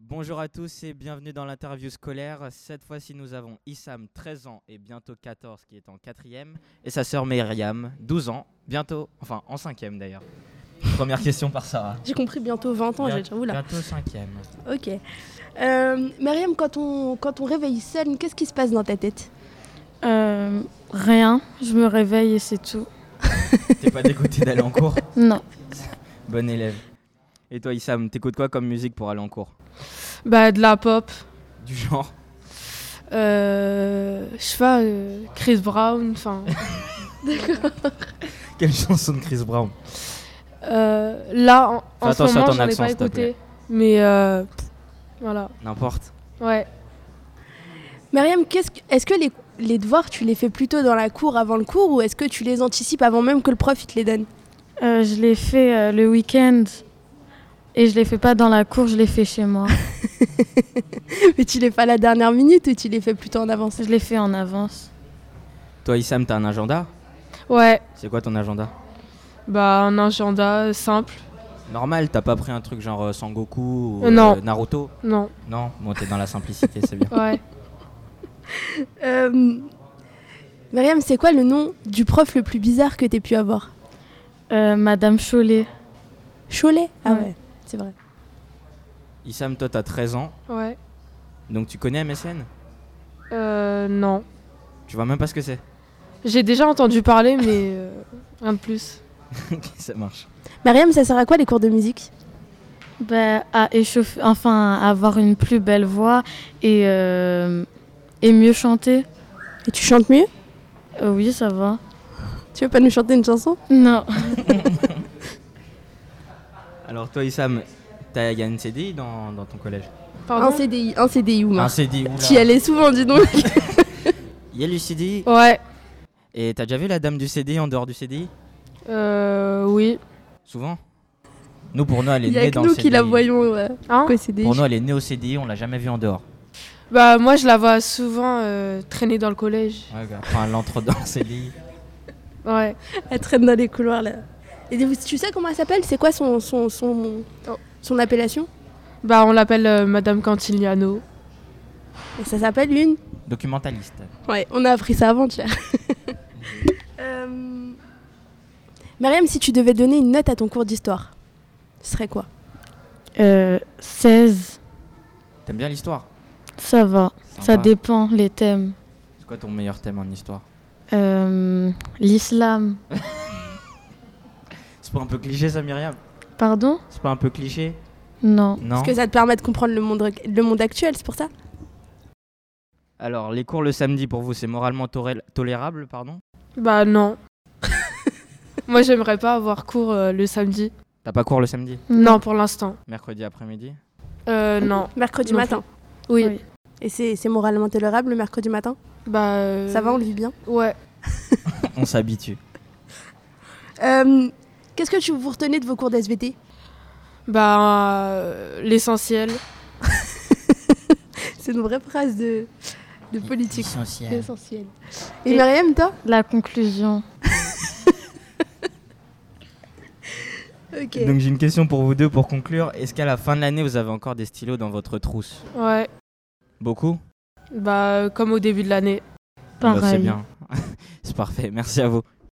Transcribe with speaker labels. Speaker 1: Bonjour à tous et bienvenue dans l'interview scolaire. Cette fois-ci, nous avons Issam, 13 ans et bientôt 14, qui est en quatrième, et sa sœur Myriam, 12 ans, bientôt, enfin en cinquième d'ailleurs. Première question par Sarah.
Speaker 2: J'ai compris bientôt 20 ans, j'ai dit, oula.
Speaker 1: Bientôt cinquième.
Speaker 2: Ok. Euh, Mariam, quand on, quand on réveille seul, qu'est-ce qui se passe dans ta tête
Speaker 3: Euh, rien, je me réveille et c'est tout.
Speaker 1: T'es pas dégoûté d'aller en cours
Speaker 3: Non.
Speaker 1: Bon élève. Et toi, Issam, t'écoutes quoi comme musique pour aller en cours
Speaker 3: Bah de la pop.
Speaker 1: Du genre
Speaker 3: Euh, je sais pas, euh, Chris Brown, enfin.
Speaker 1: Quelle chanson de Chris Brown
Speaker 3: euh, là, en, en ce
Speaker 1: attention à
Speaker 3: moment,
Speaker 1: ton
Speaker 3: j'en ai
Speaker 1: accent,
Speaker 3: pas
Speaker 1: s'il te plaît.
Speaker 3: écouté. Mais euh, voilà,
Speaker 1: N'importe.
Speaker 3: ouais.
Speaker 2: Mariam, qu'est-ce que- est-ce que les, les devoirs, tu les fais plutôt dans la cour avant le cours ou est-ce que tu les anticipes avant même que le prof il te les donne
Speaker 3: Euh, je l'ai fait euh, le week-end et je l'ai fait pas dans la cour, je l'ai fait chez moi.
Speaker 2: Mais tu les fais à la dernière minute ou tu les fais plutôt en avance
Speaker 3: je l'ai fait en avance.
Speaker 1: Toi, Issam, t'as un agenda
Speaker 3: Ouais,
Speaker 1: C'est quoi ton agenda
Speaker 3: bah un agenda simple.
Speaker 1: Normal, t'as pas pris un truc genre euh, Sangoku ou
Speaker 3: Euh, non.
Speaker 1: euh, Naruto
Speaker 3: Non,
Speaker 1: Non Bon, t'es dans la simplicité, c'est bien.
Speaker 3: ouais.
Speaker 2: Euh, Mariam, c'est quoi le nom du prof le plus bizarre que t'aies pu avoir
Speaker 3: Euh, Madame Chollet.
Speaker 2: Cholet Ah
Speaker 3: Ouais.
Speaker 2: ouais, c'est vrai.
Speaker 1: Issam, toi, t'as 13 ans,
Speaker 3: Ouais.
Speaker 1: donc tu connais MSN
Speaker 3: Euh, non.
Speaker 1: Tu vois même pas ce que c'est
Speaker 3: J'ai déjà entendu parler, mais euh, rien de plus.
Speaker 1: Ok, Ça marche.
Speaker 2: Mariam, ça sert à quoi les cours de musique
Speaker 4: Bah, à échauffer, enfin, à avoir une plus belle voix et, euh, et mieux chanter.
Speaker 2: Et tu chantes mieux
Speaker 4: Euh, oui, ça va.
Speaker 2: Tu veux pas nous chanter une chanson
Speaker 4: Non.
Speaker 1: Alors, toi, Issam, t'as- il y a une CDI dans, dans ton collège
Speaker 2: Un
Speaker 3: Pardon
Speaker 2: CDI, un CDI ou
Speaker 1: Un
Speaker 2: moins.
Speaker 1: CDI, oula.
Speaker 2: Tu y allais souvent, dis donc.
Speaker 1: Il y a du CDI
Speaker 3: Ouais.
Speaker 1: Et t'as déjà vu la dame du CDI en dehors du CDI
Speaker 3: Euh, oui.
Speaker 1: Souvent Nous, pour nous, elle est
Speaker 2: Il y a
Speaker 1: née
Speaker 2: que
Speaker 1: dans le
Speaker 2: nous
Speaker 1: CDI.
Speaker 2: qui la voyons euh,
Speaker 3: Hein
Speaker 2: au CDI.
Speaker 1: Pour nous, elle est née au CDI, on l'a jamais vue en dehors.
Speaker 3: Bah, moi, je la vois souvent euh, traîner dans le collège.
Speaker 1: Ouais, gars, Enfin, elle entre dans le CDI.
Speaker 3: Ouais.
Speaker 2: Elle traîne dans les couloirs là. Et vous- tu sais comment elle s'appelle C'est quoi son, son, son,
Speaker 3: Oh.
Speaker 2: son appellation
Speaker 3: Bah, on l'appelle euh, Madame Cantiliano.
Speaker 2: Et Ça s'appelle une
Speaker 1: Documentaliste.
Speaker 2: Ouais, on a appris ça avant, tu vois. Euh, Mariam, si tu devais donner une note à ton cours d'histoire, ce serait quoi
Speaker 4: Euh, 16,
Speaker 1: T'aimes bien l'histoire
Speaker 4: ça va. Ça
Speaker 1: Sympa.
Speaker 4: dépend les thèmes.
Speaker 1: C'est quoi ton meilleur thème en histoire
Speaker 4: Euh, L'islam.
Speaker 1: C'est pas un peu cliché, ça, Myriam
Speaker 4: Pardon
Speaker 1: C'est pas un peu cliché
Speaker 4: Non.
Speaker 1: Non
Speaker 2: Parce que ça te permet de comprendre le monde, le monde actuel, c'est pour ça
Speaker 1: Alors, les cours le samedi pour vous, c'est moralement toré- tolérable, pardon
Speaker 3: Bah, non. moi, j'aimerais pas avoir cours euh, le samedi.
Speaker 1: T'as pas cours le samedi
Speaker 3: Non, pour l'instant.
Speaker 1: Mercredi après-midi
Speaker 3: Euh, non.
Speaker 2: Mercredi
Speaker 3: Non.
Speaker 2: matin.
Speaker 3: Oui.
Speaker 4: Oui.
Speaker 2: Et c'est c'est moralement tolérable le mercredi matin
Speaker 3: Bah. euh,
Speaker 2: Ça va, on le vit bien
Speaker 3: Ouais.
Speaker 1: On s'habitue.
Speaker 2: Euh, Qu'est-ce que tu vous retenez de vos cours d'SVT
Speaker 3: Bah, euh, l'essentiel.
Speaker 2: C'est une vraie phrase de, de politique.
Speaker 1: Essentiel.
Speaker 2: Essentiel. Et,
Speaker 4: Et-
Speaker 2: Myriam, toi
Speaker 4: La conclusion.
Speaker 2: Ok.
Speaker 1: Donc j'ai une question pour vous deux pour conclure. Est-ce qu'à la fin de l'année, vous avez encore des stylos dans votre trousse
Speaker 3: Ouais.
Speaker 1: Beaucoup
Speaker 3: Bah, euh, comme au début de l'année.
Speaker 1: Bah, C'est
Speaker 4: Pareil.
Speaker 1: bien. c'est parfait. Merci à vous.